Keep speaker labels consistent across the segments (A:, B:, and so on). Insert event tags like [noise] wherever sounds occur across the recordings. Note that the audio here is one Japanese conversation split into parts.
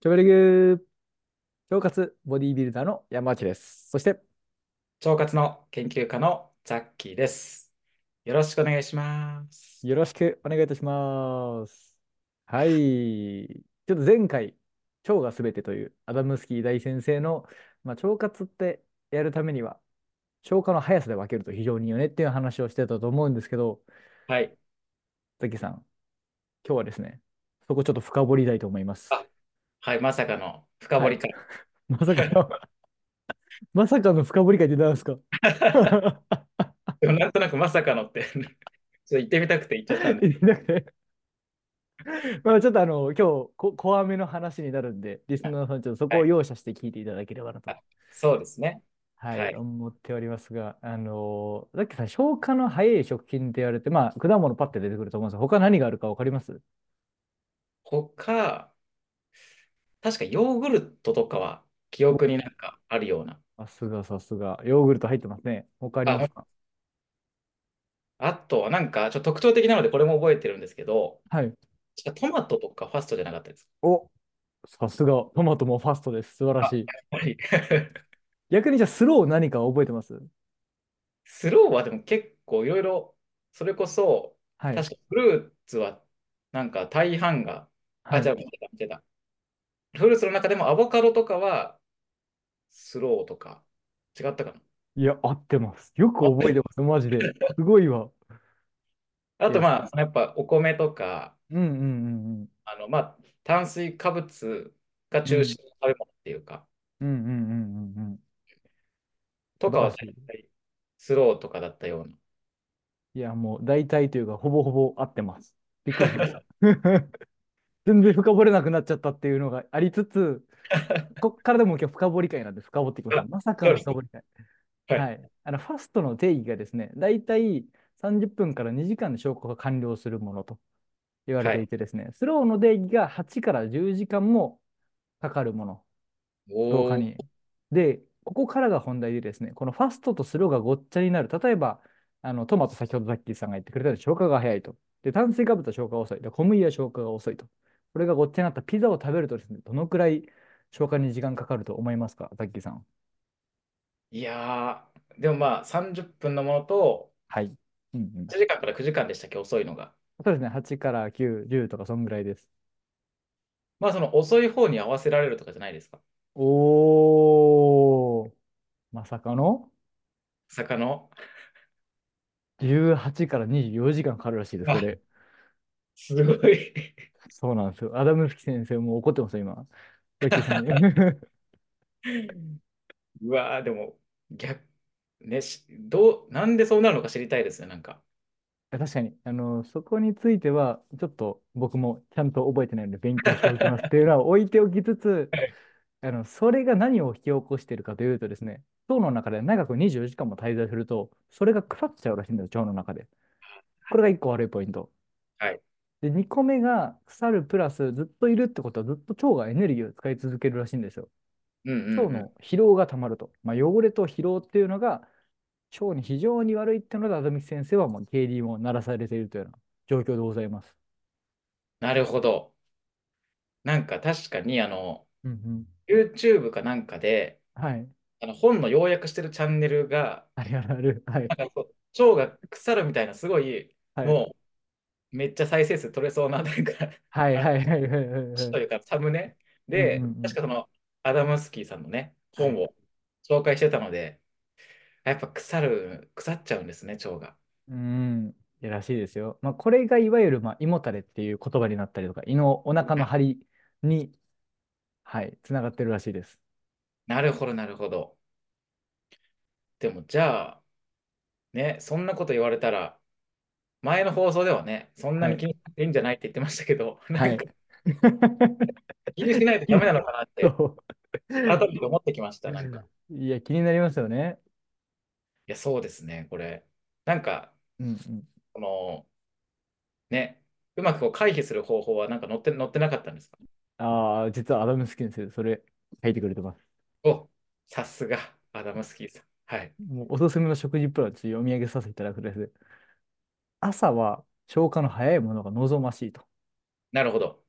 A: チョベリグ腸活ボディービルダーの山内です。そして、
B: 腸活の研究家のザッキーです。よろしくお願いします。
A: よろしくお願いいたします。はい。ちょっと前回、腸がすべてというアダムスキー大先生の、まあ、腸活ってやるためには、消化の速さで分けると非常にいいよねっていう話をしてたと思うんですけど、
B: はい。
A: ザッキーさん、今日はですね、そこちょっと深掘りたいと思います。
B: あ、はい、まさかの深
A: は
B: 掘り
A: い。
B: 会。
A: まさかの [laughs] まさかの深掘り会って何ですか [laughs]
B: でもなんとなくまさかのってちょっと言ってみたくて言っちゃったんで。
A: いなくて [laughs] まあちょっとあの、今日こ、怖めの話になるんで、リスナーさん、ちょっとそ
B: は
A: こを
B: い。
A: 容赦して聞いていただければなと、
B: あ、そうですね。
A: は、
B: はいい。
A: 思っておりますが、あのー、だってさ、消化の早い食品って言われて、まあ、果物パッて出てくると思うんですが、他何があるか分かります
B: 他、確かヨーグルトとかは記
A: お
B: 憶になんかあるような。
A: さすが、さすが。ヨーグルト入ってますね。他ありま
B: あ、ほ
A: す
B: ん
A: か
B: あとはなんかちょっと特徴的なのでこれも覚えてるんですけど、
A: はい。
B: 確かトマトとかファストじゃなかったです
A: お、さすが。トマトもファストです。素晴ら
B: か。
A: し
B: あ、
A: い。
B: やっぱり
A: 逆にじゃあ、スロー何か覚えてます
B: スローはでも結構いろいろ、それこそ、
A: はい。
B: 確かフルーツはなんか大半が、
A: は
B: あ、じ
A: い。
B: ゃあ見てた、見てた。フルーツの中でもアボカドとかはスローとか、違ったかない
A: や、合ってます。よく
B: 合って
A: 覚え
B: る
A: てます。マジで。すごいわ。
B: あ
A: い
B: と
A: や、
B: まあ、そのやっぱお米とか、
A: うんうんうんうん。
B: あのまあ、炭水化物が
A: う
B: 中
A: ん。
B: 心の食べ物っていうか、
A: うんうんうんうんうん。素
B: とか
A: 晴ら
B: は
A: し
B: 大
A: い。
B: 体スローとかだったような。
A: いや、もう大体というか、ほぼほぼ合ってます。びっくりしました。
B: [laughs]
A: 全然深掘れなくなっちゃったっていうのがありつ
B: [laughs]
A: つ、こっからでも今日深掘り会なんで深掘っていきましょう。
B: あ、
A: まさか
B: そう
A: の
B: です
A: 深
B: ね。
A: 掘り会。
B: は。
A: はいい。あの、ファストの定義がですね、大体30分から2時間で消化が完了するものと言われ
B: は
A: てい
B: い。
A: てですね、スローの定義が8から10時間もかかるもの、消化
B: おー、
A: に。で、ここからが本題でですね、このファストとスローがごっちゃになる。例えば、あのトマト、先ほどザッキーさんが言ってくれたように消化が早いと。で、炭水化物は消化が遅い。で、小麦は消化が遅いと。これがごっちゃになったピザを食べるとですね、どのくらい消化に時間かかると思いますか、ザッキーさん。
B: いやー、でもまあ30分のものと、
A: はい。うんうん。
B: 8時間から9時間でしたっけ、遅いのが。
A: そうですね、8から9、10とか、そんぐらいです。
B: まあ、その遅い方に合わせられるとかじゃないですか。
A: おー、まさかの
B: 坂の。
A: 18から24時間かかるらしいです、こ
B: あ、
A: れ。
B: すごい。
A: そうなんですよ。アダムスキ先生もう怒ってますよ、今。ザッキー
B: [laughs]
A: さんに。
B: うわー、でも、逆、ね、しどう、なんでそうなるのか知りたいですね、なんか。
A: 確かに、あの、そこについては、ちょっと僕もちゃんと覚えてないので勉強しておきますっていうのは置いておきつつ、あの、それが何を引き起こしているかというとですね、腸の中で長く24時間も滞在すると、それが腐っちゃうらしいんですよ、腸の中で。これが1個悪いポイント。
B: はい。
A: で、2個目が腐るプラスずっといるってことはずっと腸がエネルギーを使い続けるらしいんですよ。
B: うん
A: 腸
B: うんうん。
A: の疲労がたまると。まあ、汚れと疲労っていうのが腸に非常に悪いっていうので、アダミス先生はもう経理を鳴らされているというような状況でございます。
B: なるほど。なんか確かに、あの、
A: うんうん。
B: YouTube かなんかで、
A: はい。
B: あの本の要約してるチャンネルが、
A: あるあるある。はい。
B: なんかこう腸が腐るみたいな、すごい、
A: はい。
B: もう、めっちゃ再生数取れそうな、なんか
A: はい
B: あ
A: はいはいはい
B: 誌
A: はい。
B: [laughs] というかサムネ
A: うんう
B: で、
A: んう
B: 確
A: ん。
B: かそのアダムスキーさんのね、
A: は
B: 本
A: い。
B: を紹介してたので、やっぱ腐る、腐っちゃうんですね、腸が。
A: うん。いやらしいですよ。まあ、これがいわゆる、まあ、胃もたれっていう言葉になったりとか、胃のお腹の張りに、はい、つながってるらしいです。
B: なるほど、なるほど。でもじゃあ、ね、そんなこと言われたら、前の放送ではね、そんな
A: は
B: に
A: い。
B: 気にしなくていいんじゃないって言ってましたけど、な
A: は
B: ん
A: い。
B: か [laughs] 気にしないとダメなのかなって、
A: [laughs] そ
B: 改
A: う。
B: めて思ってきました、なんか。
A: いや、気になりますよね。
B: いや、そうですね、これ。なんか、
A: うんうん。
B: この、ね、うまくこう回避する方法はなんか載って、載ってなかったんですか
A: ああ、実はアダムスキン先生、それ書いてくれてます。
B: お、さすが、アダムスキーさん。はい。
A: もうおすすめの食事プラン、ちょっと読み上げさせていただくとですね。朝は消化の早いものが望ましいと。
B: なるほど。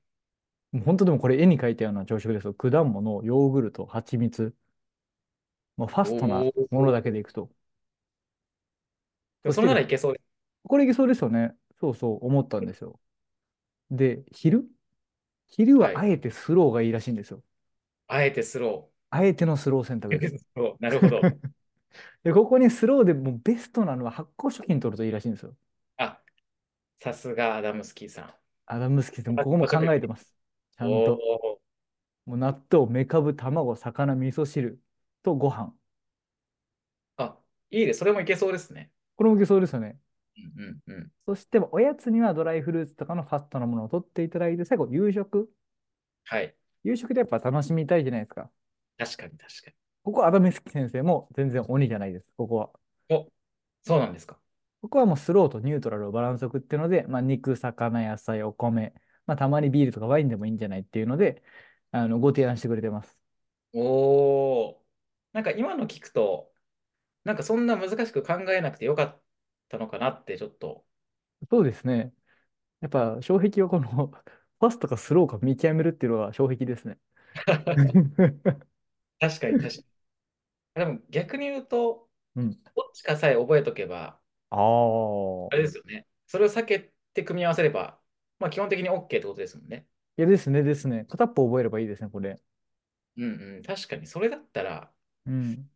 A: もう本当でもこれ絵に描いたような朝食ですよ。果物、ヨーグルト、蜂蜜。まあ、ファストな
B: お
A: もの
B: お。
A: だけでいくと。
B: でも
A: そし
B: それ
A: て
B: な
A: です
B: らいけそうで
A: これいけそうですよね。そうそう、思ったんですよ。で、昼昼
B: す。は。
A: はいあえてスローがいいらしいんですよ。
B: あえてスロ
A: あえてのスロー選択
B: ー。 [laughs]
A: です。 [laughs]
B: そうなるほど。
A: で、ここにスローでもうベストなのは発酵食品取るといいらしいんですよ。
B: あ、さすがアダムスキーさん。
A: アダムスキーでも
B: 発
A: ここも
B: 酵食
A: 考えて
B: 品。
A: ます。ちゃん
B: お
A: と。
B: お。
A: もう納豆、めかぶ、卵、魚、味噌汁とご飯。
B: あ、いいです。それもいけそうですね。
A: これもいけそうですよね。
B: うんうんうん。
A: そしておやつにはドライフルーツとかのファストなものを取っていただいて、最後、夕食。
B: はい。
A: 夕食でやっぱ楽しみたいじゃないですか。
B: 確かに確か
A: ここ、アダムスキ先生も全然鬼じゃないです。ここは。
B: に。お、そうなんですか。
A: ここはもうスローとニュートラルをバランスよくっていうので、まあ、肉、魚、野菜、お米、まあ、たまにビールとかワインでもいいんじゃないっていうので、あの、ご提案してくれてます。
B: おお。なんか今の聞くと、なんかそんな難しく考えなくてよかったのかなってちょっと。
A: そうですね。やっぱ、障壁はこの [laughs] ファストかスローか見極めるっていうのが障壁ですね。 [laughs]
B: 確かに確かに。
A: [laughs]
B: でも逆に言うと、
A: うん。
B: どっちかさえ覚えとけば、
A: ああ。
B: あれですよね。それを避けて組み合わせれば、まあ基本的に OK ってことですもんね。
A: いやですね、ですね。片っぽ覚えればいいですね、これ。
B: うんうん。確かにそれだったら、
A: うん。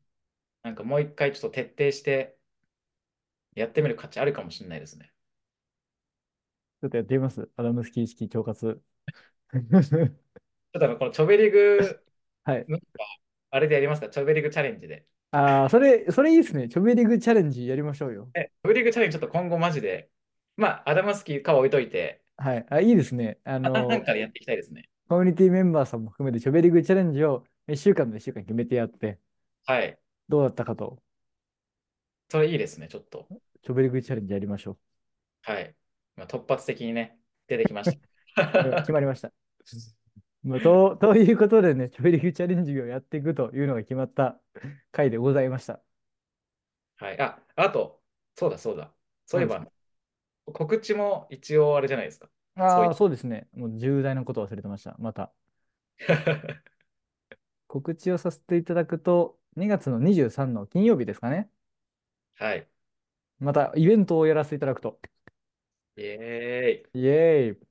B: なんかもう一回ちょっと徹底してやってみる価値あるかもしれないですね。
A: ちょっとやってみます。アダムスキー式腸活。
B: ちょっとあのこのチョベリグ、
A: [laughs] はい。
B: なんかあれでやりますかチョベリグチャレンジで。
A: [laughs] ああ、それ、それいいですね。チョベリグチャレンジやりましょうよ。
B: え、チョベリグチャレンジちょっと今後マジで、まあアダマスキーかは置いといて、
A: はい。あ、いいですね。あ
B: あなん
A: の、
B: かでやっていきたいですね。
A: コミュニティメンバーさんも含めて、チョベリグチャレンジを1週間の1週間決めてやって、
B: はい。
A: どうだったかと、
B: それいいですね、ちょっと。
A: チョベリグチャレンジやりましょ
B: はい。まあ、突発的にね、出てきまし
A: う。 [laughs] うん決
B: た。
A: まりました。まあ、と、ということでね、チョベリグチャレンジをやっていくというのが決まった回でございました。
B: はい。あ、あと、そうだそうだ。そうい
A: 何
B: え
A: ですか
B: ば、告知も一応あれじゃないですか。 [laughs] そう
A: あ
B: い
A: あ、
B: っ
A: そうですね。もう重大なことを忘れてました。また。告知をさせていただくと、2月の23の金曜日ですかね。
B: はい。
A: またイベントをやらせていただくと。
B: イエーイ。
A: イエーイ。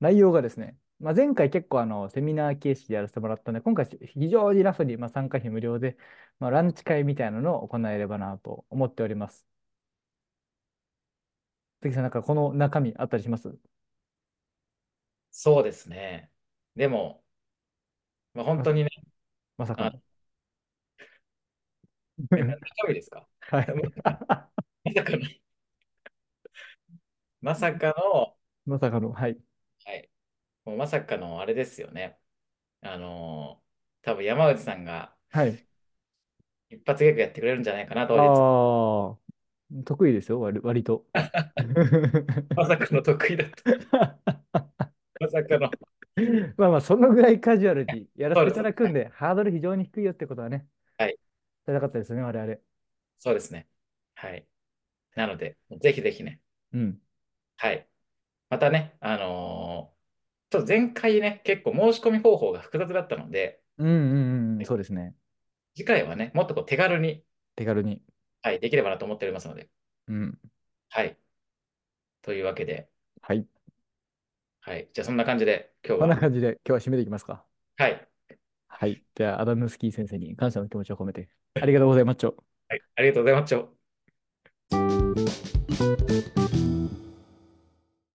A: 内容がですね、まあ、前回結構あのセミナー形式でやらせてもらったので、今回非常にラフに、まあ、参加費無料で、まあ、ランチ会みたいなのを行えればなと思っております。関さん、なんかこの中身あったりします
B: そうですね。でも、まあ、本
A: ま
B: 当
A: さ、
B: にね、
A: まさか
B: あ、
A: の。
B: え、な中身ですか
A: [laughs] はい。
B: まさかの、まさかの、
A: まさかの。はい。
B: はい。もうまさかのあれですよね。あのー、多分山内さんが
A: はい。
B: 一発ギャグやってくれるんじゃないかなと、俺、
A: ああ、得意ですよ、割、割と。
B: まさかの得意だった。まさかの。
A: [laughs] まあまあ、そのぐらいカジュアルにやら
B: そ
A: せ
B: う
A: て
B: で
A: いただ
B: す。
A: くんで、ハードル非常に低いよってことはね、
B: はい。
A: 知らなかったですね、我々。
B: そうですね。はい。なので、ぜひぜひね。
A: うん。
B: はい。またね、あのーちょっと前回ね、結構申し込み方法が複雑だったので、
A: うんうんうん、そうですね。
B: 次回はね、もっとこう手軽に、
A: 手軽に。
B: はい、できればなと思っておりますので、
A: うん。
B: はい。というわけで、
A: はい。
B: はい。じゃあそんな感じで、今日
A: こんな
B: は、
A: 感じで今日は締めていきますか。
B: はい。
A: はい。では、アダムスキー先生に感謝の気持ちを込めて、ありがとうございました。
B: はい、ありがとうございます。